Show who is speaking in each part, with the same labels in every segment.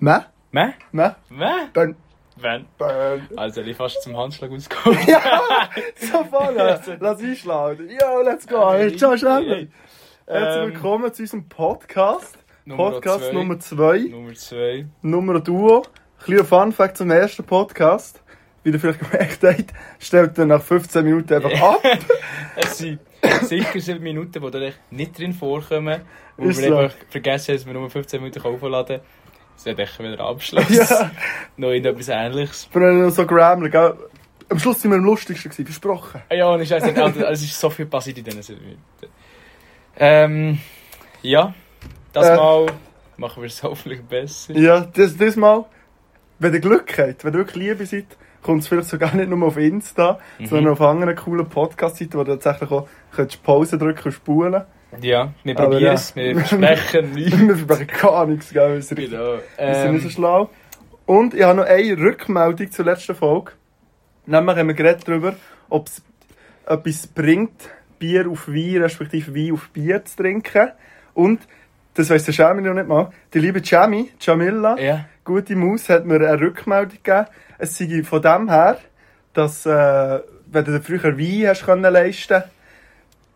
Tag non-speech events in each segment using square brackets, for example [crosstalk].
Speaker 1: Mä?
Speaker 2: Mä?
Speaker 1: Mä?
Speaker 2: Mä?
Speaker 1: Bön,
Speaker 2: Wenn?
Speaker 1: bön.
Speaker 2: Also, ich fast zum Handschlag ausgekommen.
Speaker 1: [laughs] Ja, so vorne. Lass einschlagen. Ja, let's go. Hey, ciao, Schäfer. Herzlich willkommen zu unserem Podcast.
Speaker 2: Ähm, Nummer
Speaker 1: Podcast
Speaker 2: zwei.
Speaker 1: Nummer 2,
Speaker 2: [laughs] Nummer 2.
Speaker 1: Nummer Duo. Kleiner Funfact zum ersten Podcast. Wie ihr vielleicht gemerkt habt, stellt er nach 15 Minuten
Speaker 2: [laughs]
Speaker 1: einfach ab.
Speaker 2: Es sind sicher 7 Minuten, die da nicht drin vorkommen. Und
Speaker 1: Ist
Speaker 2: wir
Speaker 1: so.
Speaker 2: einfach vergessen, dass wir nur 15 Minuten aufladen können. Das ist echt wieder Abschluss.
Speaker 1: Ja.
Speaker 2: Noch in etwas Ähnliches.
Speaker 1: Wir haben so Grammar, gell? Am Schluss sind wir am lustigsten gewesen, versprochen.
Speaker 2: Ah Ja, und ich weiß nicht, Alter, es ist so viel passiert in diesen 7 Minuten. Ähm, ja. Das
Speaker 1: Äh.
Speaker 2: Mal machen wir es hoffentlich besser.
Speaker 1: Ja, das, das mal, wenn ihr Glück habt, wenn ihr wirklich Liebe seid, kommt es vielleicht sogar nicht nur auf Insta,
Speaker 2: Mhm.
Speaker 1: sondern auf anderen coolen Podcast-Seiten, wo ihr tatsächlich auch könnt Pause drücken und spulen. [laughs]
Speaker 2: Ja, wir
Speaker 1: Aber
Speaker 2: probieren es.
Speaker 1: ja.
Speaker 2: Wir versprechen [laughs] nichts.
Speaker 1: Wir verbrechen gar nichts, gell? Wir sind, wir
Speaker 2: Genau.
Speaker 1: sind nicht so
Speaker 2: Ähm,
Speaker 1: schlau. Und ich habe noch eine Rückmeldung zur letzten Folge. Nämlich haben wir geredet darüber, ob es etwas bringt, Bier auf Wein, respektive Wein auf Bier zu trinken. Und, das weiss der Jamie noch nicht mal, die liebe Jamie, Jamila,
Speaker 2: ja.
Speaker 1: gute Maus hat mir eine Rückmeldung gegeben. Es sei von dem her, dass äh, wenn du dir früher Wein hast können leisten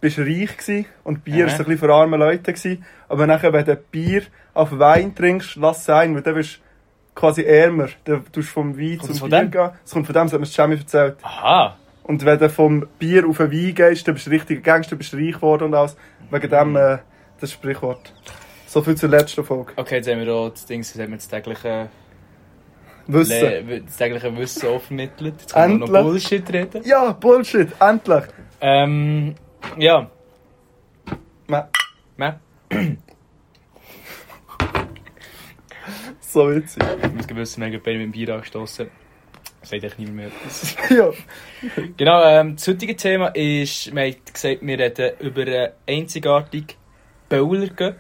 Speaker 1: bist du reich gewesen und Bier war
Speaker 2: Aha.
Speaker 1: ein bisschen für arme Leute. Gewesen. Aber nachher, wenn du Bier auf Wein trinkst, lass sein, weil dann bist du quasi ärmer. Dann tust du vom Wein
Speaker 2: Kommt es
Speaker 1: zum
Speaker 2: von
Speaker 1: Bier
Speaker 2: dem?
Speaker 1: gehen. Es kommt von dem, das hat mir Jamie erzählt.
Speaker 2: Aha.
Speaker 1: Und wenn du vom Bier auf den Wein gehst, dann bist du richtiger Gangster, bist du reich geworden und alles. Wegen
Speaker 2: Mhm.
Speaker 1: dem äh, das Sprichwort. So viel zur letzten Folge.
Speaker 2: Okay, jetzt haben wir auch das Ding, jetzt haben wir das tägliche,
Speaker 1: Wissen.
Speaker 2: Le das tägliche Wissen auch vermittelt. Jetzt können wir noch
Speaker 1: Endlich.
Speaker 2: Bullshit reden.
Speaker 1: Ja, Bullshit, endlich.
Speaker 2: Ähm, ja.
Speaker 1: Ma-
Speaker 2: Mä?
Speaker 1: So witzig. [laughs]
Speaker 2: Ich muss gewissen, wir haben gerade beide mit dem Bier angestoßen. Sagt echt niemand
Speaker 1: [laughs]
Speaker 2: mehr etwas.
Speaker 1: Ja.
Speaker 2: Genau, ähm, das heutige Thema ist, wir haben gesagt, wir reden über einen einzigartigen Bowler Cup,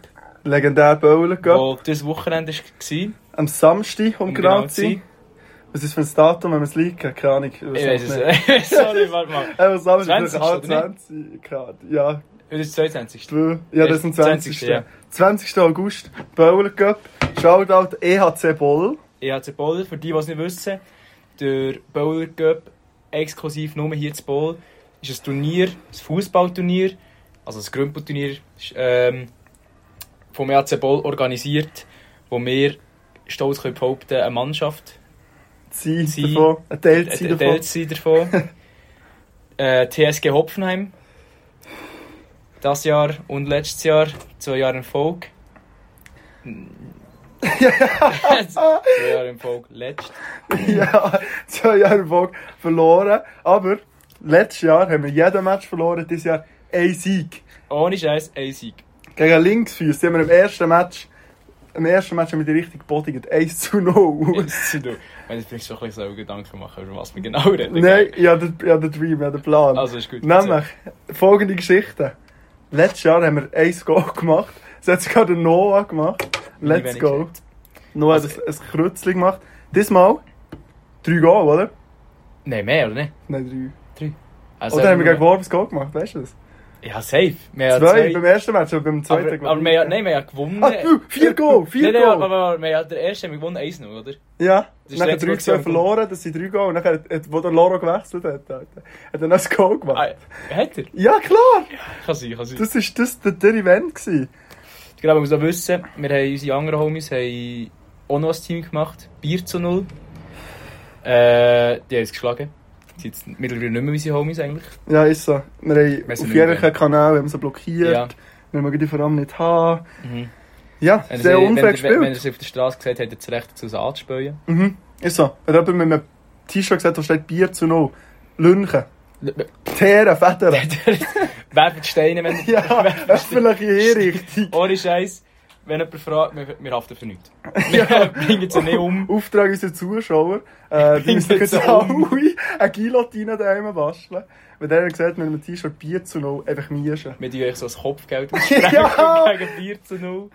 Speaker 1: Legendär Bowler Cup.
Speaker 2: der dieses Wochenende war.
Speaker 1: Am Samstag, um genau zu sein.
Speaker 2: sein.
Speaker 1: Was ist für ein Datum, wenn wir es liken? Keine Ahnung. Ich
Speaker 2: Ich
Speaker 1: weiß
Speaker 2: weiß es
Speaker 1: nicht.
Speaker 2: nicht. [laughs] Sorry, warte mal.
Speaker 1: Am Samstag,
Speaker 2: 20.
Speaker 1: vielleicht auch
Speaker 2: oder
Speaker 1: 20. Grad. Ja,
Speaker 2: Das ist das 22.
Speaker 1: du- ja, das ist am 20.
Speaker 2: 20., ja.
Speaker 1: 20. August, Bowler Cup. Shoutout EHC E Boll.
Speaker 2: EHC Bowl, für die, die es nicht wissen, der Bowler Cup, exklusiv nur hier zu Bowl, ist ein Turnier, ein Fußballturnier, also ein Grümpelturnier, ist, ähm, vom E EHC Bowl organisiert, wo wir stolz können behaupten, eine Mannschaft,
Speaker 1: Sie
Speaker 2: Sie-
Speaker 1: davon. Ein Teil
Speaker 2: ein
Speaker 1: sie
Speaker 2: ein
Speaker 1: davon.
Speaker 2: Teil zu sein davon. äh, TSG Hopfenheim, das Jahr und letztes Jahr, zwei Jahre in Folge. zwei Jahre in Folge, letztes.
Speaker 1: [laughs] Ja, zwei Jahre Vogue verloren. Aber letztes Jahr haben wir jeden Match verloren, dieses Jahr ein Sieg.
Speaker 2: Ohne Scheiß, ein Sieg.
Speaker 1: [laughs] Gegen Linksfüß, die haben wir im ersten Match, im ersten Match haben wir die richtig bodigend. 1 zu 0.
Speaker 2: Jetzt, du. Wenn ich vielleicht schon ein bisschen so Gedanken machen, über was wir genau reden.
Speaker 1: Nein, ja, der, ja, der Dream, ja, der Plan.
Speaker 2: Also ist gut.
Speaker 1: Nämlich, folgende Geschichte. Letztes Jahr haben wir ein Goal gemacht. Es hat sogar der Noah gemacht. Let's
Speaker 2: wenig
Speaker 1: go. Noah
Speaker 2: Also-
Speaker 1: hat ein, ein Kreuzchen gemacht. Diesmal drei Goal, oder?
Speaker 2: Nein, mehr, oder nicht?
Speaker 1: Nein,
Speaker 2: Drei.
Speaker 1: drei.
Speaker 2: Also,
Speaker 1: Oder haben wir
Speaker 2: nur-
Speaker 1: gegen Worbes Goal gemacht, weißt du das?
Speaker 2: Ja, safe. Mehr
Speaker 1: zwei, beim ersten Match, aber beim zweiten
Speaker 2: aber, aber wir haben, nein, wir haben gewonnen.
Speaker 1: Ah, du, vier Goal, vier
Speaker 2: nein, nein,
Speaker 1: Goal.
Speaker 2: aber, aber, aber wir haben den ersten haben wir gewonnen, 1 0, oder?
Speaker 1: Ja,
Speaker 2: Das ist
Speaker 1: nachher
Speaker 2: letztes
Speaker 1: 3 zu
Speaker 2: Mal
Speaker 1: 2
Speaker 2: gesehen.
Speaker 1: verloren, das sind 3 Goal. Und nachher, hat- hat- wo der Loro gewechselt hat, Alter, hat er noch ein Goal gemacht.
Speaker 2: Ah, hat er?
Speaker 1: Ja, klar!
Speaker 2: Kann sein, kann sein.
Speaker 1: Das war das, der, der Event. Gewesen.
Speaker 2: Genau, man muss auch wissen, wir haben unsere anderen Homies haben auch noch ein Team gemacht. Bier zu null. Äh, die haben es geschlagen. Die sind jetzt mittlerweile nicht mehr unsere Homies eigentlich.
Speaker 1: Ja, ist so. Wir haben
Speaker 2: Weiss
Speaker 1: auf
Speaker 2: ich
Speaker 1: jedem
Speaker 2: nicht mehr.
Speaker 1: Kanal haben sie blockiert.
Speaker 2: Ja.
Speaker 1: Wir mögen die vor allem nicht haben.
Speaker 2: Mhm.
Speaker 1: Ja,
Speaker 2: Wenn
Speaker 1: sehr
Speaker 2: ihr-
Speaker 1: unfair
Speaker 2: wenn, wenn,
Speaker 1: gespielt.
Speaker 2: wenn er es auf der Straße gesagt hat, hat er das Recht dazu, es [laughs] anzuspähen.
Speaker 1: mhm. Ist so. Wenn jemand mit einem T-Shirt gesagt hat, da steht Bier zu null. Lünchen. Teeren,
Speaker 2: [laughs]
Speaker 1: Federn.
Speaker 2: Werfen die Steine, wenn
Speaker 1: ja, öffentliche
Speaker 2: [laughs]
Speaker 1: Hinrichtung.
Speaker 2: Ohne Scheiß, wenn jemand fragt, wir, wir haften für nichts. Wir
Speaker 1: [laughs] Ja.
Speaker 2: bringen sie nicht um.
Speaker 1: [laughs] Auftrag unseren Zuschauer, äh, die
Speaker 2: Bring
Speaker 1: müssen
Speaker 2: jetzt
Speaker 1: jetzt alle [laughs]
Speaker 2: um.
Speaker 1: eine Guillotine daheim basteln. Wenn der gesagt mit einem T-Shirt Bier zu null, einfach mischen.
Speaker 2: Wir tun euch so das
Speaker 1: [laughs]
Speaker 2: Kopfgeld
Speaker 1: Ja.
Speaker 2: aussprechen um gegen 4 zu 0.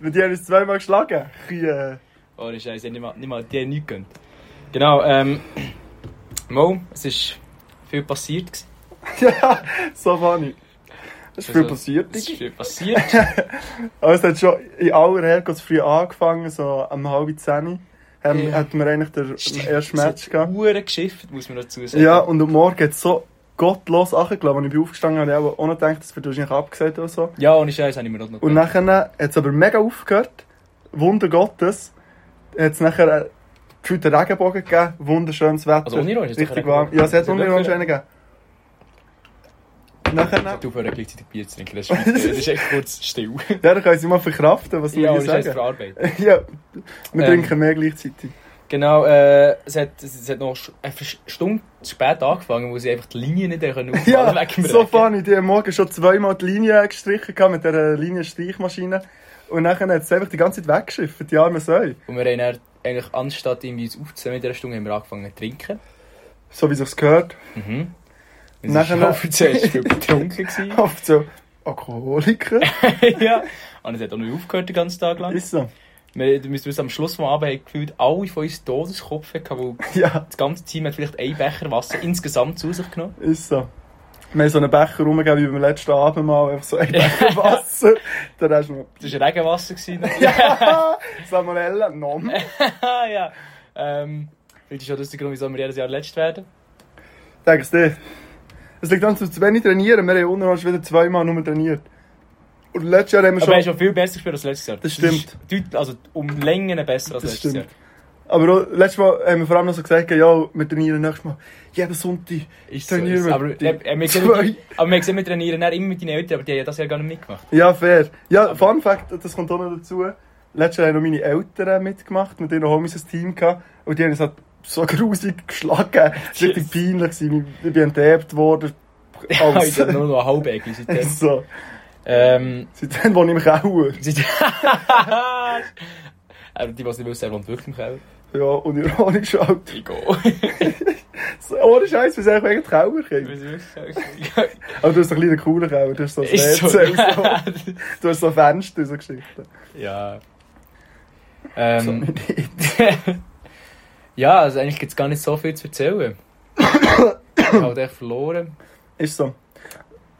Speaker 1: Weil die haben uns zweimal geschlagen. äh, Kühe.
Speaker 2: Ohne Scheiß, ich nicht mal, nicht mal die haben nichts gönnt. Genau, ähm. Mo, es ist viel passiert. gewesen.
Speaker 1: Ja, so funny. Das ist viel
Speaker 2: Also,
Speaker 1: passiert.
Speaker 2: Das ist viel passiert.
Speaker 1: [laughs] Aber es hat schon in aller Herkunft früh angefangen, so um halb zehn. Haben,
Speaker 2: Ja.
Speaker 1: Hatten wir eigentlich den ersten Match gehabt.
Speaker 2: Uhren geschifft, muss man dazu sagen.
Speaker 1: Ja, und am Morgen hat es so gottlos angelassen. Als ich bin aufgestanden habe, habe ich auch noch gedacht, das wird wahrscheinlich abgesagt oder so.
Speaker 2: ja ohne Scheiß habe ich mir das noch
Speaker 1: Und
Speaker 2: gedacht.
Speaker 1: nachher hat es aber mega aufgehört. Wunder Gottes. Hat es nachher äh, gefühlt einen Regenbogen gegeben. Wunderschönes Wetter.
Speaker 2: Also unironisch, ist doch
Speaker 1: Richtig
Speaker 2: ein
Speaker 1: warm. Ja, es hat
Speaker 2: Regenbogen.
Speaker 1: unironisch einen gegeben. Nachher...
Speaker 2: Du aufhören gleichzeitig Bier zu trinken, das ist, das ist echt kurz still.
Speaker 1: [laughs] Ja, dann können sie mal verkraften, was
Speaker 2: ja,
Speaker 1: wir
Speaker 2: ohne
Speaker 1: hier
Speaker 2: Scheiß
Speaker 1: sagen. [laughs]
Speaker 2: verarbeitet.
Speaker 1: Ja, wir
Speaker 2: Ähm.
Speaker 1: trinken mehr gleichzeitig.
Speaker 2: Genau, äh, es, hat, es es hat noch sch- äh, eine Stunde zu spät angefangen, wo sie einfach die Linie
Speaker 1: [laughs]
Speaker 2: nicht aufhalten konnten.
Speaker 1: Ja,
Speaker 2: wegen dem
Speaker 1: so
Speaker 2: Regen.
Speaker 1: funny. Die haben morgen schon zweimal die Linie gestrichen gehabt mit dieser Linienstreichmaschine. Und nachher hat es einfach die ganze Zeit weggeschifft, die armen Säue.
Speaker 2: Und wir haben dann eigentlich, anstatt irgendwie uns aufzunehmen in dieser Stunde, haben wir angefangen zu trinken.
Speaker 1: So wie sich's gehört. [laughs]
Speaker 2: Mhm. Und
Speaker 1: Nachher-
Speaker 2: Nachher war zuerst
Speaker 1: [laughs]
Speaker 2: viel betrunken. gewesen.
Speaker 1: Oft so
Speaker 2: [laughs]
Speaker 1: Alkoholiker.
Speaker 2: ja. Und es hat auch nicht aufgehört den ganzen Tag lang.
Speaker 1: Ist so.
Speaker 2: Wir, du müsst wissen, am Schluss vom Abend haben gefühlt alle von uns Todeskopf gehabt, weil
Speaker 1: Ja,
Speaker 2: das ganze Team hat vielleicht einen Becher Wasser insgesamt zu sich genommen.
Speaker 1: ist so. Wir haben so einen Becher rumgegeben wie beim letzten Abend mal. Einfach so ein Becher Wasser. Der Rest noch.
Speaker 2: Das war Regenwasser. Gewesen.
Speaker 1: [laughs] Ja, Salmonella, nom.
Speaker 2: ah, ja. Ähm, das ist auch das der Grund, wieso wir jedes Jahr letzt werden.
Speaker 1: Denkst du? Es liegt an zu zu wenig trainieren. Wir haben unten wieder zweimal nur trainiert. Und letztes Jahr haben wir
Speaker 2: Aber er ist
Speaker 1: schon.
Speaker 2: schon viel besser gespielt als letztes Jahr.
Speaker 1: Das
Speaker 2: ist deut- also um Längen besser als
Speaker 1: Das
Speaker 2: letztes
Speaker 1: stimmt.
Speaker 2: Jahr.
Speaker 1: Aber auch, letztes Mal haben wir vor allem noch so gesagt, ja, wir trainieren nächstes Mal. Jeden Sonntag.
Speaker 2: Ist
Speaker 1: Trainieren
Speaker 2: so, ist,
Speaker 1: wir
Speaker 2: aber,
Speaker 1: die-
Speaker 2: äh, wir sehen,
Speaker 1: zwei.
Speaker 2: aber wir sehen, wir trainieren dann immer mit deinen Eltern, aber die haben ja das Jahr gar nicht mitgemacht.
Speaker 1: Ja, fair. Ja, Fun Fact, das kommt auch noch dazu. Letztes Jahr haben noch meine Eltern mitgemacht, mit ihren Homies ein Team gehabt. Und die haben uns halt so [laughs] grusig geschlagen. Es war richtig
Speaker 2: Yes.
Speaker 1: peinlich. gewesen. Ich bin enterbt worden.
Speaker 2: [laughs] Also.
Speaker 1: Alles.
Speaker 2: nur noch ein Halbäckchen
Speaker 1: [laughs]
Speaker 2: seitdem.
Speaker 1: so.
Speaker 2: ähm,
Speaker 1: Seitdem wohne ich mich auch.
Speaker 2: [laughs] seit aber Ah, die, die es nicht wissen, er wohnt wirklich im Keller.
Speaker 1: Ja, und ironisch halt.
Speaker 2: Ich [laughs] gehe.
Speaker 1: So, Ohne Scheiß, wir sind eigentlich wegen Trauer gekommen. Aber du hast so ein kleiner cooler Kauer. Du hast so ein
Speaker 2: Ist so.
Speaker 1: Netz, so. [laughs] Du hast so Fenster, so Geschichten.
Speaker 2: ja.
Speaker 1: So
Speaker 2: Ähm,
Speaker 1: mit Idee.
Speaker 2: [laughs] ja, also eigentlich gibt es gar nicht so viel zu erzählen. ich habe halt echt verloren.
Speaker 1: Ist so.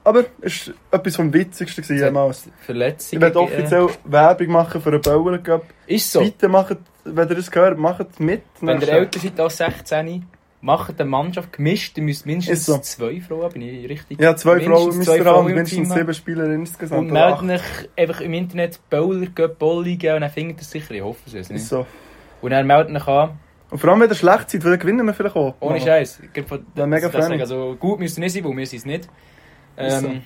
Speaker 1: Aber es war etwas vom Witzigsten gewesen jemals. Ich
Speaker 2: Verletzungen.
Speaker 1: werde
Speaker 2: äh,
Speaker 1: offiziell Werbung machen für einen Bauer Cup.
Speaker 2: Ist so.
Speaker 1: Bitte macht, wenn ihr das gehört, macht mit.
Speaker 2: Wenn ihr älter seid als 16, macht eine Mannschaft gemischt. Ihr müsst mindestens
Speaker 1: Ist so.
Speaker 2: zwei Frauen, bin ich richtig?
Speaker 1: ja, zwei Frauen
Speaker 2: Mindestens
Speaker 1: müssen wir haben, mindestens
Speaker 2: Team
Speaker 1: sieben
Speaker 2: haben.
Speaker 1: Spielerinnen insgesamt.
Speaker 2: Und
Speaker 1: oder acht.
Speaker 2: meldet euch einfach im Internet Bowler, geht Bolli gehen und dann findet ihr es sicher. Ich hoffe es jetzt nicht.
Speaker 1: Ist so.
Speaker 2: Und dann meldet euch an.
Speaker 1: Und vor allem, wenn ihr schlecht seid, weil dann gewinnen wir vielleicht auch.
Speaker 2: Ohne
Speaker 1: Mama.
Speaker 2: Scheiß. Ich gebe von-
Speaker 1: Ja, mega
Speaker 2: das kann ich
Speaker 1: funny.
Speaker 2: sagen. Also gut müsst ihr nicht sein, weil wir sind es nicht.
Speaker 1: Ist so.
Speaker 2: Ähm,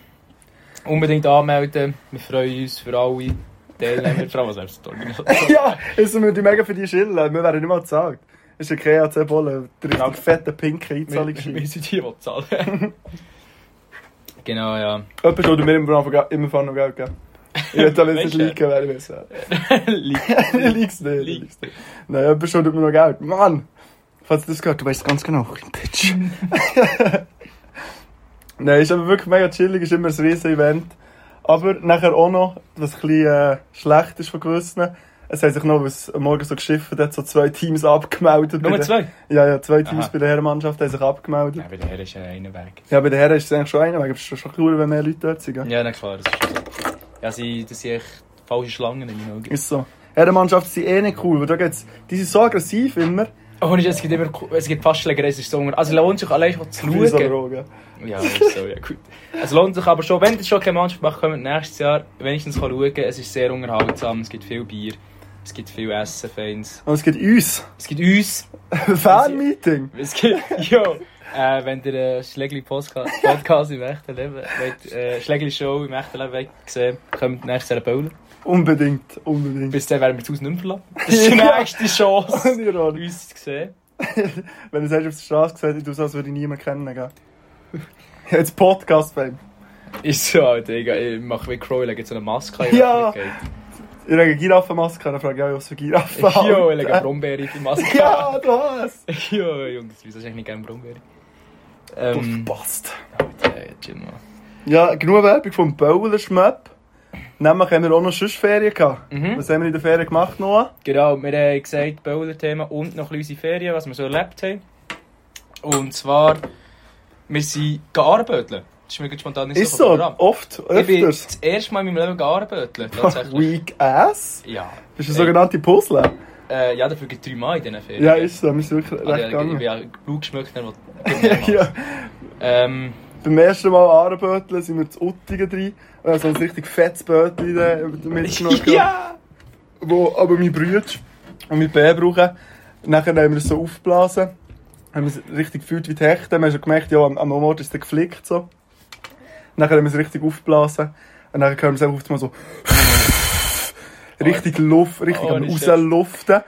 Speaker 2: unbedingt anmelden. Wir freuen uns für alle [laughs] Teilnehmer. Vor allem als erstes die [laughs] Organisation.
Speaker 1: [laughs] ja, jetzt würden wir mega für die schillen. Wir wären nicht mal gesagt. Das ist ein KAC Bolle, der richtig
Speaker 2: Genau.
Speaker 1: fette pinke
Speaker 2: [laughs]
Speaker 1: Einzahlung.
Speaker 2: wir, wir sind die, die zahlen. [laughs] genau, [laughs] ja.
Speaker 1: Jemand sollte mir immer noch- immer vorne noch Geld geben. Ich würde alles nicht
Speaker 2: Mensch,
Speaker 1: liken, wäre ich besser.
Speaker 2: Lieb.
Speaker 1: [laughs] Ich lieg's nicht. ich lieg's nicht. Nein, jemand schuldet mir noch Geld. Mann! Falls du das gehört, du weißt ganz genau. Bitch.
Speaker 2: [laughs]
Speaker 1: Nein, ist aber wirklich mega chillig, ist immer ein riesen Event. Aber nachher auch noch, was ein bisschen äh, schlecht ist von gewissen. Es haben sich noch, was am Morgen so geschifft hat, so zwei Teams abgemeldet. bei
Speaker 2: Nummer
Speaker 1: der-
Speaker 2: zwei.
Speaker 1: Ja, ja, zwei Teams
Speaker 2: Aha.
Speaker 1: bei der Herrenmannschaft haben sich abgemeldet.
Speaker 2: Ja, bei der Herren ist ja einer weg.
Speaker 1: Ja, bei den Herren ist es eigentlich schon einer, weil es ist schon cool, wenn mehr Leute dort sind. gell?
Speaker 2: Ja, na klar, das ist schon so. Ja, sie, das sind echt falsche Schlangen in meinen [laughs] Augen.
Speaker 1: Ist so. Herrenmannschaften sind eh nicht cool, weil da geht's, die sind so aggressiv immer.
Speaker 2: Oh, es gibt immer, es gibt fast Schlägerei, es ist so unter- Also, es lohnt sich allein schon zu
Speaker 1: Ist aber
Speaker 2: schauen.
Speaker 1: auch, gell?
Speaker 2: Ja, ist so, ja, gut. Es lohnt sich aber schon, wenn ihr schon keine Mannschaft macht, kommt nächstes Jahr wenigstens schauen. Es ist sehr unterhaltsam, es gibt viel Bier, es gibt viel Essen, Fans.
Speaker 1: Und es gibt uns. [laughs]
Speaker 2: Es gibt uns,
Speaker 1: Fan-Meeting.
Speaker 2: es gibt, [laughs] jo. Äh, wenn ihr äh, Schlägli Podcast, Podcast im echten Leben, wollt, äh, Schlägli Show im echten Leben wollt sehen, kommt nächstes Jahr Bowlen.
Speaker 1: Unbedingt, unbedingt. [laughs]
Speaker 2: Bis dann werden wir das Haus nicht mehr verlassen. Das ist die nächste Chance,
Speaker 1: Unironisch.
Speaker 2: uns zu sehen.
Speaker 1: Wenn du sagst, auf der Straße gesagt ich tue so, als würde ich niemanden kennen. Gell? Jetzt Podcast-Fame.
Speaker 2: Ist so, Alter, ich, ich mache wie Crow, ich lege jetzt so eine Maske an.
Speaker 1: Ja. Ich lege eine Giraffenmaske an, dann frage ich auch, was für Giraffe
Speaker 2: Jo, ich lege eine Brombeere in die
Speaker 1: [laughs]
Speaker 2: Maske
Speaker 1: Ja, du hast.
Speaker 2: an. [laughs] Jo, Jungs, wieso hast du eigentlich gerne Brombeere?
Speaker 1: Du
Speaker 2: Ähm,
Speaker 1: passt.
Speaker 2: Alter, ja, chill mal.
Speaker 1: Ja, genug Werbung vom Bowler-Schmöpp. Nämlich haben wir auch noch sonst Ferien gehabt.
Speaker 2: Mhm.
Speaker 1: Was haben wir in der Ferien gemacht, Noah?
Speaker 2: Genau, wir haben gesagt, Bowler-Thema und noch ein bisschen unsere Ferien, was wir so erlebt haben. Und zwar, wir sind gearbeitet. Das ist mir gerade spontan nicht
Speaker 1: Ist
Speaker 2: auf
Speaker 1: so,
Speaker 2: dem Programm.
Speaker 1: öfters.
Speaker 2: Ich bin
Speaker 1: öfters.
Speaker 2: das erste Mal in meinem Leben gearbeitet, [laughs]
Speaker 1: [laughs]
Speaker 2: tatsächlich.
Speaker 1: Weak Ass.
Speaker 2: Ja.
Speaker 1: Das ist eine sogenannte Puzzle.
Speaker 2: Äh, ja, dafür gibt es drei Mal in diesen Ferien.
Speaker 1: Ja, ist so. Wir sind wirklich
Speaker 2: Also,
Speaker 1: recht
Speaker 2: ich bin
Speaker 1: gegangen.
Speaker 2: ja blau geschmückt, dann
Speaker 1: [laughs]
Speaker 2: ja.
Speaker 1: Ja,
Speaker 2: ähm,
Speaker 1: beim ersten Mal Arenböteln sind wir zu Uttigen drin. Wir haben so ein richtig fettes Bötchen da mitgenommen.
Speaker 2: [laughs] ja!
Speaker 1: Wo aber mein Bruder und mein Bär brauchen. Nachher haben wir es so aufgeblasen. Haben wir es richtig gefühlt wie die Hechte. Wir haben schon gemerkt, ja, am, am Ort ist es geflickt. So. Nachher haben wir es richtig aufgeblasen. Und dann hören wir es einfach auf einmal so. richtig Luft, richtig
Speaker 2: Oh,
Speaker 1: am
Speaker 2: nicht
Speaker 1: rausluften.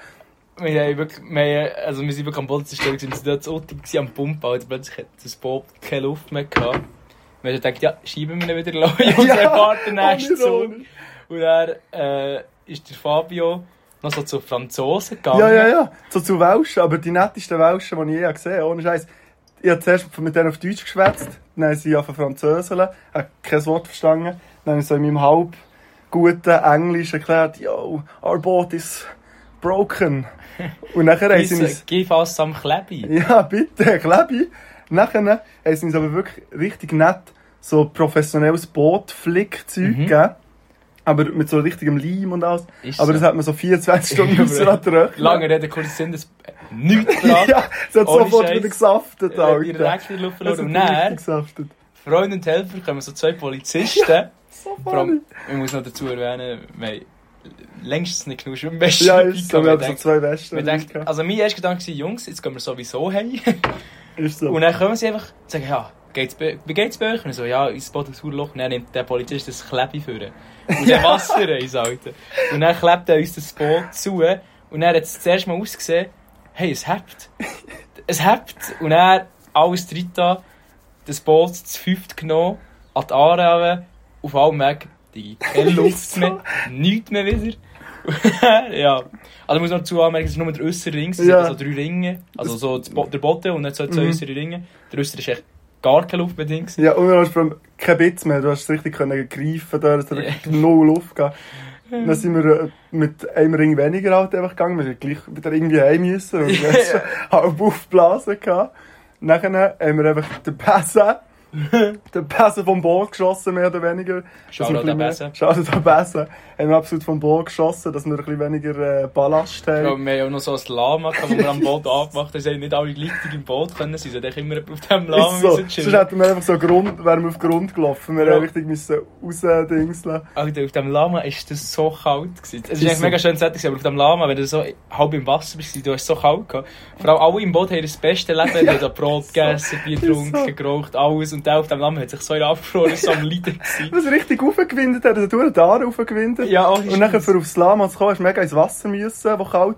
Speaker 2: Wir, haben wirklich, wir, haben- also wir sind wirklich am Bolzen stehen, wir sind dort zu Otti gewesen, am Pumpen, und plötzlich hat das Boot keine Luft mehr gehabt. Wir haben gedacht, ja, schieben wir ihn wieder
Speaker 1: [laughs]
Speaker 2: los, und
Speaker 1: Ja,
Speaker 2: ja, warten den nächsten Zug.
Speaker 1: Unironisch.
Speaker 2: Und dann äh, ist der Fabio noch so zu Franzosen gegangen.
Speaker 1: Ja, ja, ja. So zu Welschen, aber die nettesten Welschen, die ich je gesehen habe, ohne Scheiß. Ich habe zuerst mit denen auf Deutsch geschwätzt, dann haben sie angefangen Französeln, habe kein Wort verstanden. Dann habe ich so in meinem halb guten Englisch erklärt, yo, our boat is broken. Und nachher haben
Speaker 2: [laughs]
Speaker 1: sie uns...
Speaker 2: Gib- Gib fast am Klebi.
Speaker 1: Ja, bitte, Klebi. Nachher haben sie uns aber wirklich richtig nett so professionelles Bootflickzeug
Speaker 2: Mhm.
Speaker 1: gegeben. Aber mit so richtigem Leim und alles.
Speaker 2: Ist
Speaker 1: Aber
Speaker 2: so.
Speaker 1: das hat man so 24
Speaker 2: [laughs]
Speaker 1: Stunden müssen ertragen.
Speaker 2: Lange Rede, kurz Sinn, das
Speaker 1: [laughs]
Speaker 2: nichts dran.
Speaker 1: Ja, es hat
Speaker 2: Ohne
Speaker 1: sofort
Speaker 2: Scheiß.
Speaker 1: wieder gesaftet,
Speaker 2: Wir haben
Speaker 1: Alter.
Speaker 2: direkt in die Luft
Speaker 1: Es hat
Speaker 2: verloren. Und
Speaker 1: richtig
Speaker 2: dann,
Speaker 1: gesaftet.
Speaker 2: Freund und Helfer, kommen so zwei Polizisten.
Speaker 1: So
Speaker 2: Vor allem, ich muss noch dazu erwähnen, wir haben längstens nicht genug Schwimmwäsche
Speaker 1: Ja,
Speaker 2: dabei
Speaker 1: ist so. Wir
Speaker 2: gehabt. Wir
Speaker 1: haben so
Speaker 2: denken-
Speaker 1: zwei Westen.
Speaker 2: wir denken-
Speaker 1: gehabt.
Speaker 2: also mein erster Gedanke war, Jungs, jetzt gehen wir sowieso heim.
Speaker 1: Ist so.
Speaker 2: also Und dann kommen sie einfach und sagen, ja, geht's bei- wie geht's bei euch? Und ich so, ja, ins Boot ins Urloch. Und dann nimmt der Polizist das Klebi für Und dann Wasser ins Alter. Und dann klebt er uns das Boot zu. Und dann hat es zuerst mal ausgesehen, hey, es hebt. Es hebt. Und er alles drin da, das Boot zu fünft genommen, an die Aare auf allem Weg, die keine Luft mehr, nichts mehr wieder. [laughs] ja. Also ich muss noch dazu anmerken, es ist nur der äußere Ring, es sind
Speaker 1: Ja.
Speaker 2: so drei Ringe, also so das Bo der Boden und dann so zwei
Speaker 1: Mhm.
Speaker 2: äußere Ringe. Der äußere ist echt gar keine Luft mehr drin. gewesen.
Speaker 1: Ja, und dann hast du vor allem keinen Bitz mehr. Du hast es richtig können greifen können. Es hat wirklich null Luft
Speaker 2: [laughs]
Speaker 1: gegeben. Und Dann sind wir äh, mit einem Ring weniger halt einfach gegangen. Wir mussten gleich wieder irgendwie heim müssen. Und
Speaker 2: [laughs]
Speaker 1: wir hatten halb aufgeblasen. gehabt. Nachher haben wir einfach den Pässe,
Speaker 2: [laughs]
Speaker 1: den Pässe vom Boot geschossen, mehr oder weniger.
Speaker 2: Shoutout an Besen.
Speaker 1: Schade, da besser. Haben wir absolut vom Boot geschossen, dass wir ein bisschen weniger äh, Ballast
Speaker 2: Ich
Speaker 1: haben.
Speaker 2: glaube, wir haben auch noch so ein Lama, gehabt, das wir am
Speaker 1: [laughs]
Speaker 2: Boot angemacht haben. Es haben nicht alle gleichzeitig im Boot können sein. Sie haben echt immer auf dem Lama
Speaker 1: ist so.
Speaker 2: müssen
Speaker 1: Sonst
Speaker 2: chillen.
Speaker 1: hätten wir einfach so Grund, wären wir auf Grund gelaufen. Wir
Speaker 2: Ja.
Speaker 1: haben richtig müssen rausdingseln.
Speaker 2: Alter, auf dem Lama ist das so kalt. Gewesen. Es
Speaker 1: Ist
Speaker 2: war echt
Speaker 1: so.
Speaker 2: mega schön Setting, aber auf dem Lama, wenn du so halb im Wasser bist, du hast es so kalt gehabt. Vor allem alle im Boot haben das beste Leben,
Speaker 1: [laughs]
Speaker 2: die haben da Brot gegessen, Bier getrunken,
Speaker 1: so.
Speaker 2: geraucht, alles. Und der auf dem Lama hat sich so in Abfroren, so am Leiden
Speaker 1: [laughs]
Speaker 2: gewesen.
Speaker 1: Was richtig aufgewindet hat, also du hast da aufgewindet.
Speaker 2: Ja, oh, auch
Speaker 1: Und nachher für aufs Lama zu kommen, hast du mega ins Wasser müssen, das kalt war.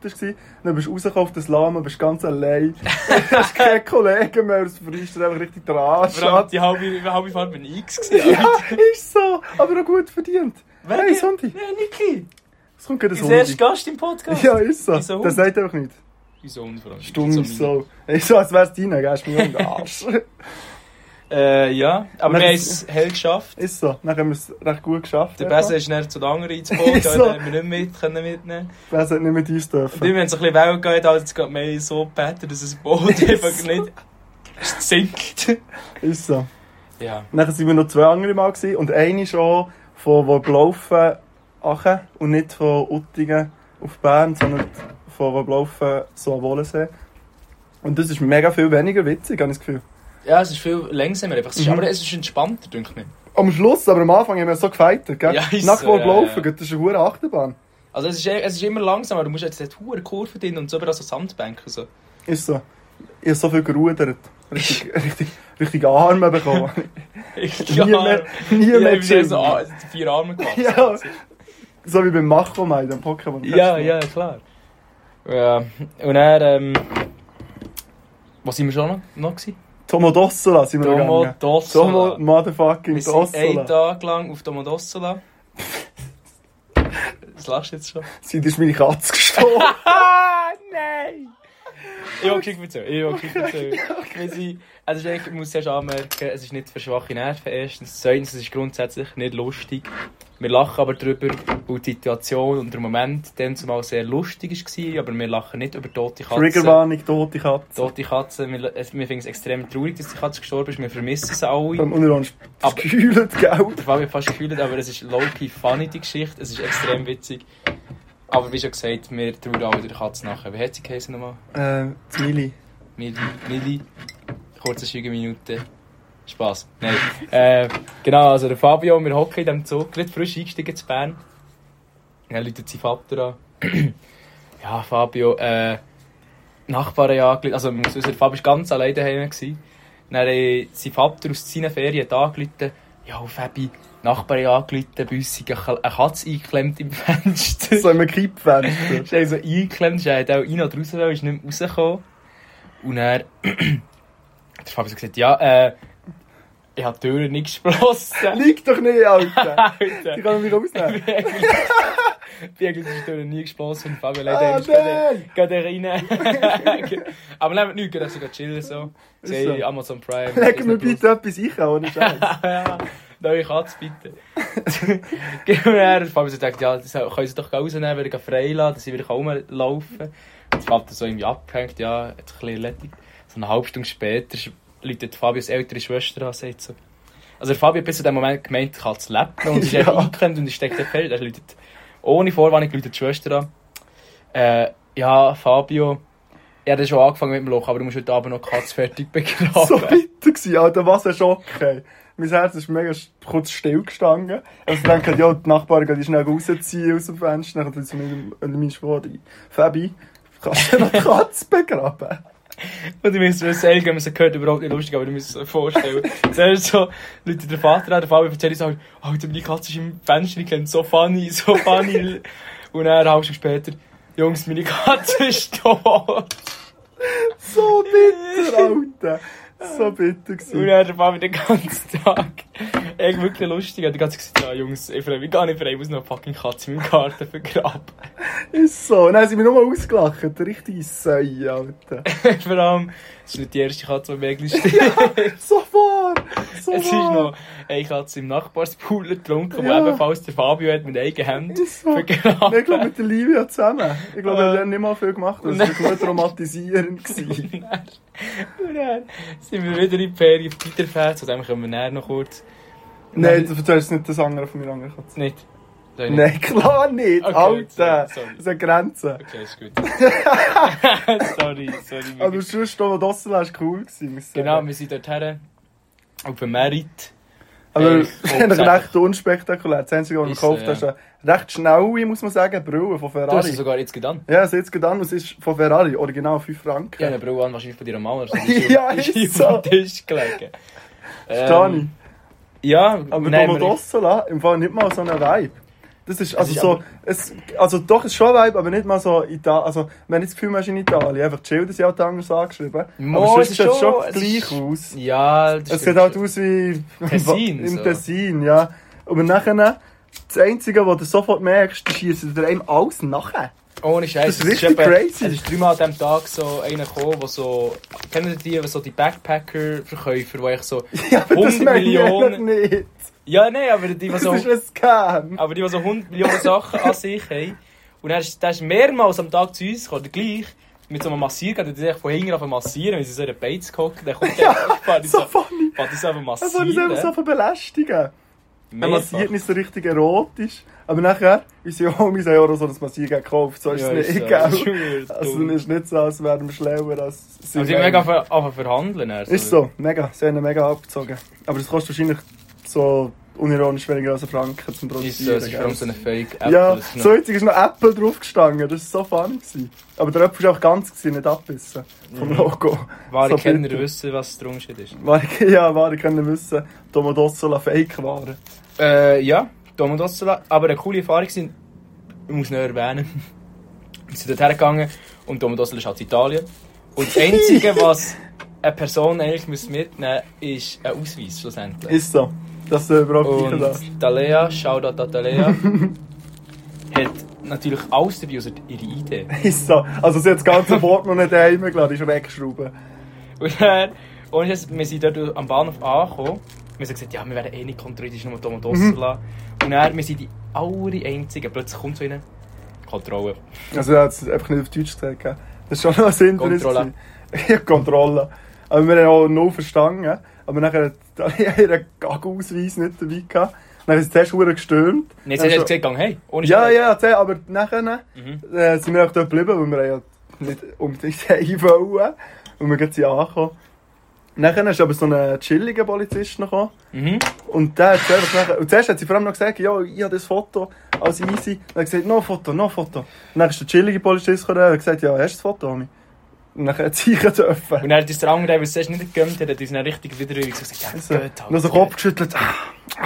Speaker 1: Dann bist du rausgekommen auf das Lama, bist ganz allein.
Speaker 2: [laughs]
Speaker 1: [laughs] hast keine Kollegen mehr, das verliest dir einfach richtig den Arsch.
Speaker 2: Vor
Speaker 1: [laughs]
Speaker 2: allem
Speaker 1: ab.
Speaker 2: die halbe, die halbe Fahrt bin ich X gewesen.
Speaker 1: Ja, ist so. Aber auch gut verdient.
Speaker 2: Wer-
Speaker 1: hey, Sondi.
Speaker 2: Nein, Niki!
Speaker 1: Es kommt gerade
Speaker 2: Unser erster
Speaker 1: Sondi.
Speaker 2: Gast im Podcast.
Speaker 1: Ja, ist so.
Speaker 2: Wieso?
Speaker 1: Das sagt einfach nicht.
Speaker 2: Unser Hund vor allem.
Speaker 1: Stumm ist so. Ist so, als wär's deiner, gehst du mir um den
Speaker 2: [laughs]
Speaker 1: Arsch.
Speaker 2: Äh, ja, aber
Speaker 1: Dann-
Speaker 2: wir haben es hell geschafft.
Speaker 1: ist so. Dann haben wir es recht gut geschafft.
Speaker 2: Der Besen ist dann zu den anderen
Speaker 1: [laughs]
Speaker 2: ins Boot,
Speaker 1: Ist
Speaker 2: dann
Speaker 1: so.
Speaker 2: haben wir nicht mit, können mitnehmen.
Speaker 1: Besen hat nicht mit uns
Speaker 2: Und die
Speaker 1: dürfen.
Speaker 2: haben so ein bisschen Wellen gegeben, also jetzt geht mehr so better, dass das [laughs] Boot einfach nicht
Speaker 1: [laughs]
Speaker 2: sinkt.
Speaker 1: Ist so.
Speaker 2: Ja.
Speaker 1: Dann sind wir noch zwei andere Mal gewesen. und eine schon von wo gelaufen Aachen und nicht von Uttingen auf Bern, sondern von wo gelaufen so am Wohlensee. Und das ist mega viel weniger witzig, habe ich das Gefühl.
Speaker 2: ja, es ist viel langsamer einfach, es ist,
Speaker 1: Mhm.
Speaker 2: aber es ist entspannter, denke ich mir.
Speaker 1: Am Schluss, aber am Anfang haben wir so gefeitet, gell?
Speaker 2: Ja, ist
Speaker 1: Nach
Speaker 2: so,
Speaker 1: wo
Speaker 2: ja,
Speaker 1: gelaufen,
Speaker 2: ja.
Speaker 1: das ist eine hohe Achterbahn.
Speaker 2: Also es ist, eh- es ist immer langsamer, du musst jetzt nicht hohe Kurven drin und so überall so Sandbänke [laughs] so.
Speaker 1: Ist so. Ich habe so viel gerudert.
Speaker 2: [laughs]
Speaker 1: Richtig, richtig, richtig Arme bekommen.
Speaker 2: Ich
Speaker 1: Nie mehr, nie
Speaker 2: ja,
Speaker 1: mehr
Speaker 2: ich bin
Speaker 1: Gym.
Speaker 2: so an- ah, vier Arme gemacht.
Speaker 1: Ja. So wie beim Macho Mai, dem Pokémon.
Speaker 2: Ja, ja, Ehm, klar. Ja, und dann, ähm, was sind wir schon noch, noch gewesen?
Speaker 1: Tomodossola sind wir
Speaker 2: Tomo
Speaker 1: gegangen. Tomo
Speaker 2: Dossola.
Speaker 1: motherfucking
Speaker 2: Wir sind
Speaker 1: Dossola.
Speaker 2: einen Tag lang auf Tomo [laughs] Dossola. Was lachst du jetzt schon? [laughs]
Speaker 1: Sie ist meine Katze gestorben.
Speaker 2: Ah, nein! Ich habe Geschichte erzählen. Ich habe Geschichte erzählen. Wir sind, also es ist eigentlich, ich muss zuerst anmerken, es ist nicht für schwache Nerven erstens. Zweitens, es ist grundsätzlich nicht lustig. Wir lachen aber darüber, weil die Situation und der Moment dann zumal sehr lustig war, aber wir lachen nicht über tote Katzen.
Speaker 1: Triggerwarnung, tote Katze.
Speaker 2: Tote Katzen, wir, es- wir finden es extrem traurig, dass die Katze gestorben ist, wir vermissen sie alle.
Speaker 1: Beim Unironisch
Speaker 2: Hm. Aber-
Speaker 1: gekühlt, gell?
Speaker 2: Ich habe mich fast gefühlt, aber es ist low-key funny, die Geschichte. Es ist extrem witzig. Aber wie schon gesagt, wir trauern alle der Katze nachher. Wie hat sie geheißen nochmal?
Speaker 1: Äh, das Mili.
Speaker 2: Milli, Milli, kurze Schweigeminute. Spass. Nein. äh, genau, also der Fabio, wir hocken in diesem Zug, gerade frisch eingestiegen zu Bern. Dann läutet sein Vater an. [clears throat] ja, Fabio, äh, Nachbarn angerufen, also man muss wissen, der Fabio war ganz alleine daheim. gewesen. Dann äh, sein Vater aus seinen Ferien angerufen, ja, Fabi, Nachbarn angerufen, bei uns ist eine Katze eingeklemmt im [laughs] Fenster.
Speaker 1: So einem
Speaker 2: [laughs]
Speaker 1: Kippfenster.
Speaker 2: Ist also eingeklemmt, ist halt auch rein oder raus, weil ist nicht mehr rausgekommen. Und [clears throat] er hat der Fabio so gesagt, ja, äh, ich habe die Türen nicht geschlossen.
Speaker 1: [laughs] Liegt doch nicht,
Speaker 2: [laughs]
Speaker 1: Alter!
Speaker 2: Alter.
Speaker 1: Die kann man wieder rausnehmen.
Speaker 2: Wirklich ist die Türen nie geschlossen und Fabio eh, leider
Speaker 1: Ah,
Speaker 2: immer später
Speaker 1: nein!
Speaker 2: geht er [laughs] rein. Aber nehmt nichts, geht er sogar chillen so.
Speaker 1: Ist
Speaker 2: Sehe
Speaker 1: so.
Speaker 2: Amazon Prime.
Speaker 1: Leg
Speaker 2: Disney
Speaker 1: mir
Speaker 2: Plus.
Speaker 1: bitte etwas ein, ohne Scheiß.
Speaker 2: [laughs] ja, neue Katze bitte. [laughs] Gehen wir her. Der Vater so denkt, ja, das können sie doch rausnehmen, wieder freilassen, dass sie wieder rumlaufen kann. Der Vater so irgendwie abgehängt, ja, hat sich ein bisschen erledigt. So eine halbe Stunde später sch- läutet Fabios ältere Schwester an, sagt so. Also der Fabio hat bis zu dem Moment gemeint, die Katze
Speaker 1: [laughs]
Speaker 2: lebt noch und sie ist
Speaker 1: Ja.
Speaker 2: ja. eingeklemmt und sie steckt dort fest. Er läutet ohne Vorwarnung läutet die Schwester an. Äh, ja, Fabio, er hat schon angefangen mit dem Loch, aber du musst heute Abend noch die
Speaker 1: [laughs]
Speaker 2: Katze fertig begraben.
Speaker 1: so bitter gewesen, Alter, was ein Schock. Ey. Mein Herz ist mega sch- kurz stillgestanden. Also ich denke, ja, die Nachbarn gehen die schnell rausziehen aus dem Fenster. Dann kommt zu mir mein Schwur rein. Fabi, kannst du noch die Katze begraben?
Speaker 2: Und ich muss es sagen, man gehört überhaupt nicht lustig, aber du musst es dir vorstellen. Zuerst so, Leute, der Vater an, der Fabio erzählt so, Alter, meine Katze ist im Fenster, ich kenne so funny, so funny. Und dann, eine halbe Stunde später, Jungs, meine Katze ist tot.
Speaker 1: So bitter, Alter. So bitter
Speaker 2: Und
Speaker 1: gewesen.
Speaker 2: dann, der Fabio den ganzen Tag, echt wirklich lustig, hat die ganze Zeit gesagt, ja, Jungs, ich freue mich gar nicht frei, ich muss noch eine fucking Katze in meinem Garten vergraben.
Speaker 1: Ist so. Und dann sind wir nur ausgelacht. Richtig Säu, Alter.
Speaker 2: [laughs] Vor allem, es ist nicht die erste Katze, die wirklich stirbt.
Speaker 1: So wahr. So
Speaker 2: Es ist
Speaker 1: wahr.
Speaker 2: noch eine Katze im Nachbarspool getrunken,
Speaker 1: Ja.
Speaker 2: wo ebenfalls der Fabio hat mit eigenen Händen
Speaker 1: Ist so. Nein, Ich glaube, mit der Livia zusammen. Ich glaube, wir
Speaker 2: Äh.
Speaker 1: haben nicht mal viel gemacht. Das war nur traumatisierend.
Speaker 2: [laughs]
Speaker 1: gewesen.
Speaker 2: Und dann- und dann sind wir wieder in die Ferien auf Peterfeld, zu dem kommen wir näher noch kurz.
Speaker 1: Nein, du erzählst nicht das andere von mir anderen Katze.
Speaker 2: Nicht? Soll ich nicht?
Speaker 1: Nein, klar nicht,
Speaker 2: Okay,
Speaker 1: Alter!
Speaker 2: sorry, sorry.
Speaker 1: Das sind Grenzen.
Speaker 2: Okay, ist gut. [laughs] sorry, sorry.
Speaker 1: Aber
Speaker 2: wirklich.
Speaker 1: sonst, hier, wo du draussen warst, cool gewesen. muss ich sagen.
Speaker 2: genau, wir sind dort her. Auf dem Merit.
Speaker 1: Aber [laughs]
Speaker 2: Ey,
Speaker 1: es ist eigentlich
Speaker 2: hauptsächlich.
Speaker 1: recht unspektakulär. Das Einzige, was du
Speaker 2: Ist äh, so,
Speaker 1: gekauft hast, ist eine recht schnelle, muss man sagen, Brille von
Speaker 2: Du hast es
Speaker 1: Ferrari.
Speaker 2: sogar jetzt getan.
Speaker 1: Ja, sie jetzt geht an, es ist von Ferrari, original 5 Franken.
Speaker 2: Ich habe eine Brille an, wahrscheinlich von deiner Mama. oder so.
Speaker 1: Ja,
Speaker 2: [laughs]
Speaker 1: ist
Speaker 2: Die ist
Speaker 1: so.
Speaker 2: auf dem Tisch gelegen.
Speaker 1: Stani.
Speaker 2: Ähm, Ja,
Speaker 1: Aber
Speaker 2: nein,
Speaker 1: Domo
Speaker 2: wir-
Speaker 1: Dossola, im Fall nicht mal so ein Vibe. Das ist, also
Speaker 2: ist
Speaker 1: so,
Speaker 2: aber-
Speaker 1: es, also doch, es ist schon ein Vibe, aber nicht mal so Italien. Also, wenn ich das Gefühl man ist in Italien, einfach die Schilder sind halt anders angeschrieben.
Speaker 2: Mo,
Speaker 1: aber
Speaker 2: es
Speaker 1: sonst
Speaker 2: ist
Speaker 1: sieht es schon
Speaker 2: schon- es
Speaker 1: gleich
Speaker 2: ist-
Speaker 1: aus.
Speaker 2: Ja, das
Speaker 1: Es sieht
Speaker 2: stimmt
Speaker 1: halt
Speaker 2: schon.
Speaker 1: aus wie [laughs]
Speaker 2: Tessin,
Speaker 1: im
Speaker 2: so.
Speaker 1: Tessin, ja. Aber nachher, das Einzige, was du sofort merkst, ist, schießt dir einem alles [laughs] nachher.
Speaker 2: Ohne
Speaker 1: Das
Speaker 2: Scheiß.
Speaker 1: ist richtig crazy.
Speaker 2: Es ist dreimal an diesem Tag so einer gekommen, der so. Kennen die, die so die Backpacker-Verkäufer, die ich so.
Speaker 1: [laughs] Ja, aber das merke
Speaker 2: 100
Speaker 1: ich eigentlich
Speaker 2: Millionen. Ah,
Speaker 1: nicht.
Speaker 2: Ja, nein, aber die, die
Speaker 1: Das
Speaker 2: so.
Speaker 1: ist ein Scam.
Speaker 2: Aber die, die so 100 Millionen Sachen an sich haben. Und er ist, der ist mehrmals am Tag zu uns gekommen, oder gleich. Mit so einem Massiergerät, der sich von hinten auf massieren, wenn sie so in einer Bates gehockt,
Speaker 1: [laughs]
Speaker 2: dann kommt der einfach
Speaker 1: So funny.
Speaker 2: Fahrt uns einfach
Speaker 1: Das wollte ich selber so
Speaker 2: massieren.
Speaker 1: von belästigen. Er massiert
Speaker 2: Mehrfach.
Speaker 1: nicht so richtig erotisch. Aber nachher, unsere Homies haben auch noch so ein Massiergerät gekauft. So ist
Speaker 2: Ja,
Speaker 1: es
Speaker 2: ist
Speaker 1: nicht,
Speaker 2: so.
Speaker 1: gell?
Speaker 2: Ist schon
Speaker 1: Also,
Speaker 2: [laughs] dumm.
Speaker 1: es ist nicht so, als wären wir schlauer als sie.
Speaker 2: Aber sie haben
Speaker 1: meinen.
Speaker 2: mega angefangen- angefangen zu verhandeln. also.
Speaker 1: Ist so, mega. Sie haben ihn mega abgezogen. Aber das kostet wahrscheinlich so unironisch weniger als einen Franken zum
Speaker 2: Ist so,
Speaker 1: Produzieren.
Speaker 2: es ist
Speaker 1: gell?
Speaker 2: vor allem so eine Fake-App.
Speaker 1: ja,
Speaker 2: das ist noch-
Speaker 1: so jetzt ist noch Apple draufgestanden. Das war so funny. Gewesen. Aber der Apfel war auch ganz, gewesen, nicht abbissen. Vom Logo.
Speaker 2: Mhm. Wahre
Speaker 1: so
Speaker 2: Kenner
Speaker 1: bitter.
Speaker 2: wissen, was drum steht ist.
Speaker 1: Wahre- Ja, wahre können wissen, Tomo Dossola fake waren.
Speaker 2: Äh, ja, Domo Dossola. Aber eine coole Erfahrung sind, ich muss noch erwähnen. [laughs] Wir sind dorthin gegangen und Domo Dossola ist aus Italien. Und das Einzige, was eine Person eigentlich muss mitnehmen muss, ist ein Ausweis schlussendlich.
Speaker 1: Ist so. Das ist überhaupt nicht das.
Speaker 2: und Talea, Shoutout an Talea, hat natürlich alles dabei, außer ihre Idee.
Speaker 1: Ist so. Also sie hat das ganze Wort noch nicht heimgeladen, ist weggeschraubt.
Speaker 2: Und dann, ohne dass wir sind dort am Bahnhof angekommen. Wir haben gesagt, ja, wir werden eh nicht kontrolliert, es ist nur Tom und
Speaker 1: Mhm.
Speaker 2: Ursula. Und dann, wir sind die aller Einzigen. Plötzlich kommt so eine Kontrolle.
Speaker 1: Also er hat es einfach nicht auf Deutsch gesagt. gell? Das ist schon noch ein Hindernis.
Speaker 2: Kontrolle.
Speaker 1: gewesen. [laughs] Ja, Kontrolle. Aber wir haben auch null verstanden. Aber nachher hat [laughs] er ihren Gag-Ausweis nicht dabei gehabt. Dann haben sie zuerst verdammt gestürmt. Also-
Speaker 2: Und jetzt hast du gesagt, gang, hey, ohne
Speaker 1: Ja,
Speaker 2: Scheiß.
Speaker 1: ja, erzähl, aber nachher
Speaker 2: Mhm.
Speaker 1: äh, sind wir auch dort geblieben, weil wir ja nicht unbedingt [laughs] heim wollen. Und wir sind angekommen. Nachher ist aber so ein chilliger Polizist noch gekommen.
Speaker 2: Mhm.
Speaker 1: Und der hat zuerst nachher, und zuerst hat sie vor allem noch gesagt, ja, ich habe das Foto als easy. Dann hat sie gesagt, no Foto, no Foto. Und dann ist der chillige Polizist gekommen und hat gesagt, ja, hast du das Foto, Ami? Und dann hat sie ihn
Speaker 2: Und
Speaker 1: dürfen.
Speaker 2: dann hat uns der andere, der es zuerst nicht gegönnt hat, hat uns dann richtig wieder rüber gesagt, ja,
Speaker 1: So,
Speaker 2: gut, halt.
Speaker 1: noch so den Kopf geschüttelt. Ah, ah.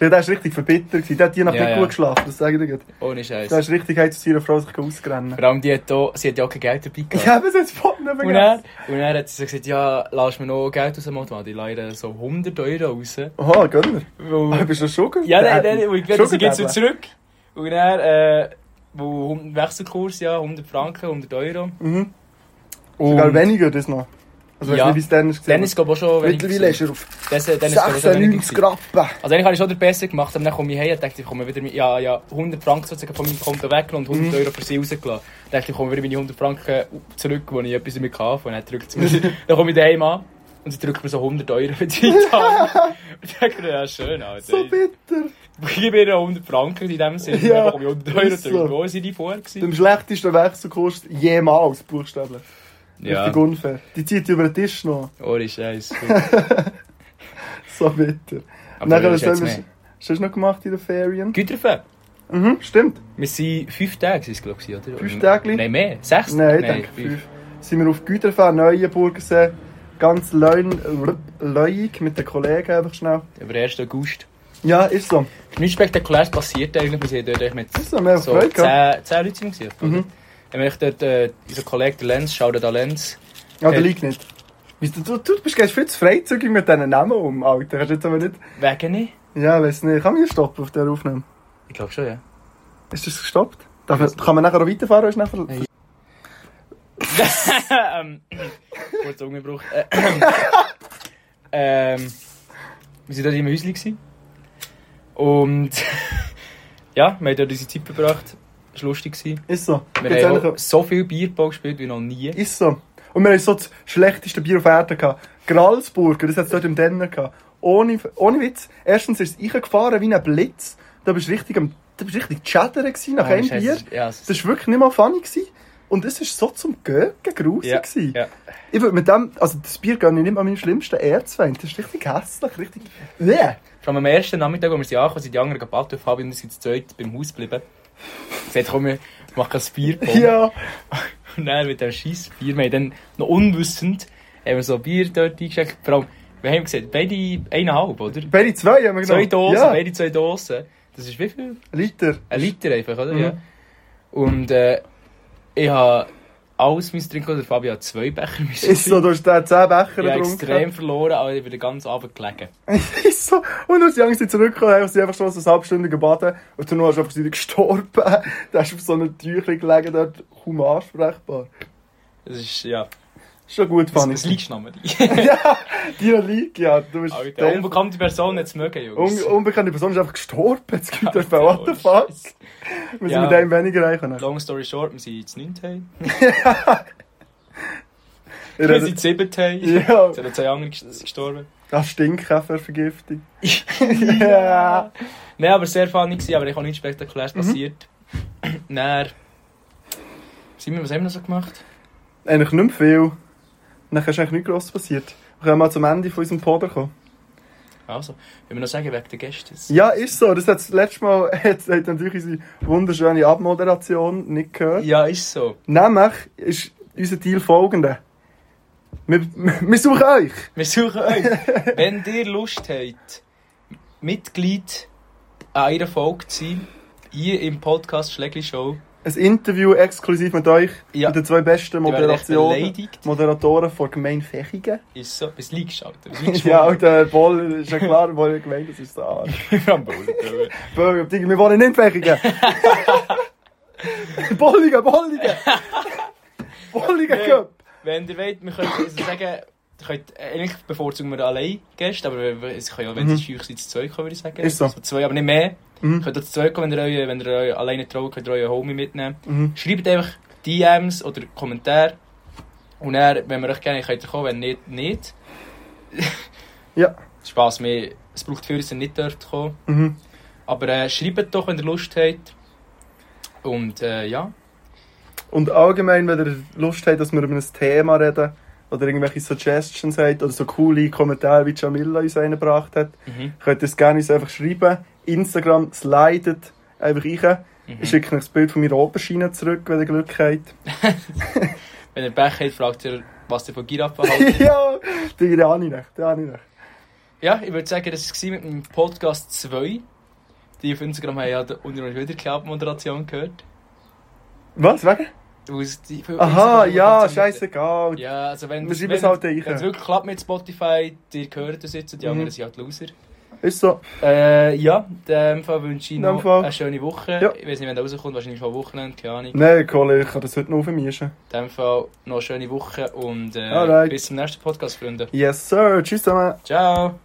Speaker 1: Ja, der ist richtig verbittert gewesen. Der hat die Nacht
Speaker 2: Ja,
Speaker 1: nicht
Speaker 2: ja.
Speaker 1: gut geschlafen, das sage ich dir gut.
Speaker 2: Ohne Scheiß.
Speaker 1: Der ist richtig heiß aus ihrer Frau sich ausgerannt.
Speaker 2: Vor allem, die hat da, sie hat ja auch kein Geld dabei gehabt.
Speaker 1: Ich habe es jetzt voll nicht
Speaker 2: Und er,
Speaker 1: vergessen.
Speaker 2: und er hat sie so gesagt, ja, lass mir noch Geld aus dem Automat. Ich leihe ihr so 100 Euro raus.
Speaker 1: Aha, Gönner. Ah, [laughs]
Speaker 2: Weil,
Speaker 1: bist du schon
Speaker 2: ja, nein, nein, und ich werde sie geht so zurück. Und er, äh, wo hund- Wechselkurs, ja, 100 Franken, 100 Euro.
Speaker 1: Mhm.
Speaker 2: Und
Speaker 1: Sogar weniger das noch. Also, weißt du
Speaker 2: Ja.
Speaker 1: nicht, wie es dann ist.
Speaker 2: Dann ist es, glaub ich, auch schon wenig
Speaker 1: Mittlerweile ist
Speaker 2: gewesen.
Speaker 1: er auf
Speaker 2: Das, äh, dann ist es, glaub ich, schon wenig
Speaker 1: 96
Speaker 2: gewesen.
Speaker 1: Rappen.
Speaker 2: Also eigentlich habe ich schon den besser gemacht, aber dann komme ich heim und dachte, ich komme wieder mit, ja, ja, 100 Franken sozusagen von meinem Konto weggenommen und 100 Euro für sie rausgelassen. Dann dachte ich, ich komme wieder meine 100 Franken zurück, wo ich etwas damit kaufe. Und dann drückt sie mir, [laughs] dann komme ich daheim an und sie drückt mir so 100 Euro für die Hand. Und ich dachte, [laughs] ja, schön, Alter.
Speaker 1: So bitter.
Speaker 2: ich gebe ihr 100 Franken in dem Sinne,
Speaker 1: Ja,
Speaker 2: dann bekomme ich 100 Euro
Speaker 1: ist so.
Speaker 2: zurück. Wo sind die vorher
Speaker 1: Beim
Speaker 2: gewesen?
Speaker 1: schlechtesten Wechselkurs jemals, buchstäblich.
Speaker 2: Ja,
Speaker 1: Richtig unfair. Die zieht über den Tisch noch.
Speaker 2: ohne
Speaker 1: [laughs]
Speaker 2: Scheiß.
Speaker 1: So bitter.
Speaker 2: Aber das ist
Speaker 1: was
Speaker 2: jetzt
Speaker 1: haben wir-
Speaker 2: mehr.
Speaker 1: was hast du noch gemacht in den Ferien?
Speaker 2: Güterfäh.
Speaker 1: Mhm, stimmt.
Speaker 2: Wir sind fünf Tage, ist es, glaube ich, oder?
Speaker 1: Fünf Tage?
Speaker 2: Nein, mehr. Sechs?
Speaker 1: Nein, ich denke fünf. Sind wir auf Güterfahren, Neuenburgensee, ganz leun- leuig mit den Kollegen einfach schnell.
Speaker 2: Aber 1. August.
Speaker 1: Ja, ist so.
Speaker 2: Nichts Spektakuläres passiert eigentlich. Wir sind dort eigentlich mit
Speaker 1: Ist so, wir haben
Speaker 2: so
Speaker 1: Freude gehabt.
Speaker 2: zehn, zehn Leute sind wir. gewesen, oder?
Speaker 1: Mhm.
Speaker 2: Dann habe ich dort äh, unseren Kollegen, der Lenz, schaut da Lenz.
Speaker 1: Ja, Ah, der
Speaker 2: Hey.
Speaker 1: liegt nicht. Weißt du, du, du bist gehst viel zu freizügig mit diesen Namen um, Alter. Kannst du jetzt aber nicht...
Speaker 2: Wegen nicht?
Speaker 1: Ja, weiß nicht. Kann man hier stoppen auf der Aufnahme?
Speaker 2: Ich glaube schon, ja.
Speaker 1: Ist das gestoppt? Darf man, kann man nachher auch weiterfahren? oder Ist nachher...
Speaker 2: Nein. ähm, kurzer Zungenbruch. Äh, ähm, wir waren dort im Häuschen. gewesen. Und ja, wir haben dort unsere Zeit verbracht. Es war lustig. gewesen.
Speaker 1: Ist so. Gibt's
Speaker 2: Wir haben
Speaker 1: eigentlich-
Speaker 2: auch so viel Bierball gespielt wie noch nie.
Speaker 1: Ist so. Und wir haben so das schlechteste Bier auf Erden gehabt. Gralsburger, das hat es dort im Denner gehabt. Ohne, ohne Witz. Erstens ist es gefahren wie ein Blitz. Da bist du richtig am, da bist du richtig chattern gewesen nach
Speaker 2: Ohne
Speaker 1: einem
Speaker 2: Scheiß,
Speaker 1: Bier.
Speaker 2: es- Ah, Ja, es
Speaker 1: Das war wirklich nicht mal funny. Gewesen. Und es war so zum Gögen grusig.
Speaker 2: ja,
Speaker 1: gewesen.
Speaker 2: ja.
Speaker 1: Ich würde mit dem, also das Bier gönne ich nicht mal meinem schlimmsten Erzfeind. Das ist richtig hässlich, richtig, yeah.
Speaker 2: Vor allem am ersten Nachmittag, als wir sie ankamen, sind die anderen gebadet auf Fabi und wir sind zu zweit beim Haus geblieben. Sie hat komm, wir machen ein Bierball.
Speaker 1: Ja.
Speaker 2: Und dann mit dem scheiß Bier, wir haben dann noch unwissend haben wir so Bier dort eingeschenkt. Vor allem, wir haben gesagt, beide eineinhalb, oder?
Speaker 1: Beide zwei haben wir genommen.
Speaker 2: Zwei Dosen,
Speaker 1: Genau. Ja,
Speaker 2: beide zwei Dosen. Das ist wie viel?
Speaker 1: Liter.
Speaker 2: Ein Liter einfach, oder?
Speaker 1: Mhm.
Speaker 2: Ja. Und äh, ich habe alles müssen trinken, oder Fabi hat zwei Becher müssen
Speaker 1: Ist so,
Speaker 2: trinken.
Speaker 1: du hast da 10 Becher
Speaker 2: Ich habe
Speaker 1: getrunken.
Speaker 2: Äh, extrem verloren, aber ich bin den ganzen Abend gelegen.
Speaker 1: Ist so. Und als die Jungs sind zurückgekommen, haben sie einfach schon so ein halbstündiger Baden. Und dann hast du einfach wieder gestorben. [laughs] Da hast du auf so einer Tüchli gelegen, dort kaum ansprechbar.
Speaker 2: Das ist, ja...
Speaker 1: Schon gut,
Speaker 2: Das,
Speaker 1: fand
Speaker 2: das
Speaker 1: ich.
Speaker 2: liegt noch nicht.
Speaker 1: [laughs] ja, dir liegt, ja. Du bist
Speaker 2: Alter,
Speaker 1: Teil-
Speaker 2: unbekannte Person nicht zu mögen, Jungs.
Speaker 1: Un unbekannte Person ist einfach gestorben. Jetzt gibt es what the fuck. Wir sind
Speaker 2: Ja.
Speaker 1: mit einem weniger reichen.
Speaker 2: Long story short, wir sind zu 9 Teil.
Speaker 1: Ihr
Speaker 2: Wir
Speaker 1: redet-
Speaker 2: sind zu 7 Teil.
Speaker 1: Ja,
Speaker 2: Es sind zwei andere ges- gestorben.
Speaker 1: das Stinkkäfervergiftung.
Speaker 2: [laughs] ja. Nein, aber sehr funny gewesen, aber ich habe nichts Spektakuläres
Speaker 1: Mhm.
Speaker 2: passiert. [clears throat] Nein. Simon, was haben wir noch so gemacht?
Speaker 1: Eigentlich nicht mehr viel. Dann ist eigentlich nichts Grosses passiert. Wir können mal zum Ende von unserem Poder kommen.
Speaker 2: Also, wenn wir noch sagen, wegen der Gäste.
Speaker 1: Ja, ist so. Das hat das letzte Mal [laughs] hat, hat natürlich unsere wunderschöne Abmoderation nicht gehört.
Speaker 2: Ja, ist so.
Speaker 1: Nämlich ist unser Deal folgender. Wir, [laughs] wir suchen euch. [laughs]
Speaker 2: Wir suchen euch. wenn ihr Lust habt, Mitglied an einer Folge zu sein, hier im Podcast Schlägli Show,
Speaker 1: ein Interview exklusiv mit euch,
Speaker 2: Ja.
Speaker 1: mit den zwei besten
Speaker 2: Die werden echt
Speaker 1: Moderationen,
Speaker 2: beleidigt.
Speaker 1: Moderatoren von Gemeinde
Speaker 2: [laughs]
Speaker 1: Fächigen.
Speaker 2: Ist so. Bis Leaks
Speaker 1: [laughs]
Speaker 2: geschaltet.
Speaker 1: Ja, und der Boll ist ja klar, der Boll hat gemeint, das ist der Arsch.
Speaker 2: [laughs] Am Bowlerköp.
Speaker 1: Böll, Digga, wir wollen nicht
Speaker 2: [laughs]
Speaker 1: Fächigen. Bolligen,
Speaker 2: [laughs]
Speaker 1: Bolligen! Bolligen
Speaker 2: Nee.
Speaker 1: Cup!
Speaker 2: Wenn ihr wollt, wir können also sagen, ihr könnt, äh, eigentlich bevorzugen wir allein Gäste, aber wir- wir- es können ja, wenn
Speaker 1: Mhm.
Speaker 2: es scheu sind, zu zwei kommen, würde ich sagen.
Speaker 1: Ist so.
Speaker 2: zwei, aber nicht mehr. Ihr
Speaker 1: Mhm.
Speaker 2: könnt auch zu zwei kommen, wenn ihr, euch- wenn ihr euch alleine traut, könnt ihr euren Homie mitnehmen.
Speaker 1: Mhm.
Speaker 2: Schreibt einfach DMs oder Kommentare. Und dann, wenn wir euch gerne könnt ihr kommen, wenn nicht, [laughs] nicht.
Speaker 1: Ja.
Speaker 2: Spass, wir, es braucht für uns nicht dort kommen.
Speaker 1: Mhm.
Speaker 2: Aber äh, schreibt doch, wenn ihr Lust habt. Und äh, ja.
Speaker 1: Und allgemein, wenn ihr Lust habt, dass wir über ein Thema reden oder irgendwelche Suggestions habt oder so coole Kommentare, wie Jamila uns eingebracht hat,
Speaker 2: Mhm.
Speaker 1: könnt ihr es gerne uns einfach schreiben. Instagram slidet einfach rein.
Speaker 2: Mhm.
Speaker 1: Ich schicke euch das Bild von meiner Oberschiene zurück, wenn ihr Glück habt. [laughs]
Speaker 2: Wenn ihr Pech habt, fragt ihr, was ihr von Giraffen
Speaker 1: [laughs]
Speaker 2: haltet.
Speaker 1: ja, die habe ich nicht. Die habe ich nicht.
Speaker 2: Ja, ich würde sagen, das war mit dem Podcast 2. Die auf Instagram haben ja da unter anderem wieder die Abmoderation gehört.
Speaker 1: Was? Wegen?
Speaker 2: Aus- die- auf
Speaker 1: Aha,
Speaker 2: Instagram-
Speaker 1: ja, scheißegal.
Speaker 2: Ja, also wenn
Speaker 1: Wir
Speaker 2: es
Speaker 1: schreiben
Speaker 2: wenn,
Speaker 1: es halt
Speaker 2: wenn
Speaker 1: rein.
Speaker 2: es wirklich klappt mit Spotify, die hören das jetzt und die
Speaker 1: Mhm.
Speaker 2: anderen sind halt Loser.
Speaker 1: Ist so.
Speaker 2: Äh, ja, in dem Fall wünsche ich
Speaker 1: In dem
Speaker 2: noch
Speaker 1: Fall.
Speaker 2: eine schöne Woche.
Speaker 1: Ja.
Speaker 2: Ich weiß nicht, wenn der rauskommt, wahrscheinlich schon Wochenende, keine Ahnung.
Speaker 1: Nein, Kollege, ich kann das heute noch aufmischen.
Speaker 2: In dem Fall noch eine schöne Woche und äh,
Speaker 1: Alright.
Speaker 2: bis zum nächsten Podcast, Freunde.
Speaker 1: Yes, Sir. Tschüss zusammen.
Speaker 2: Ciao!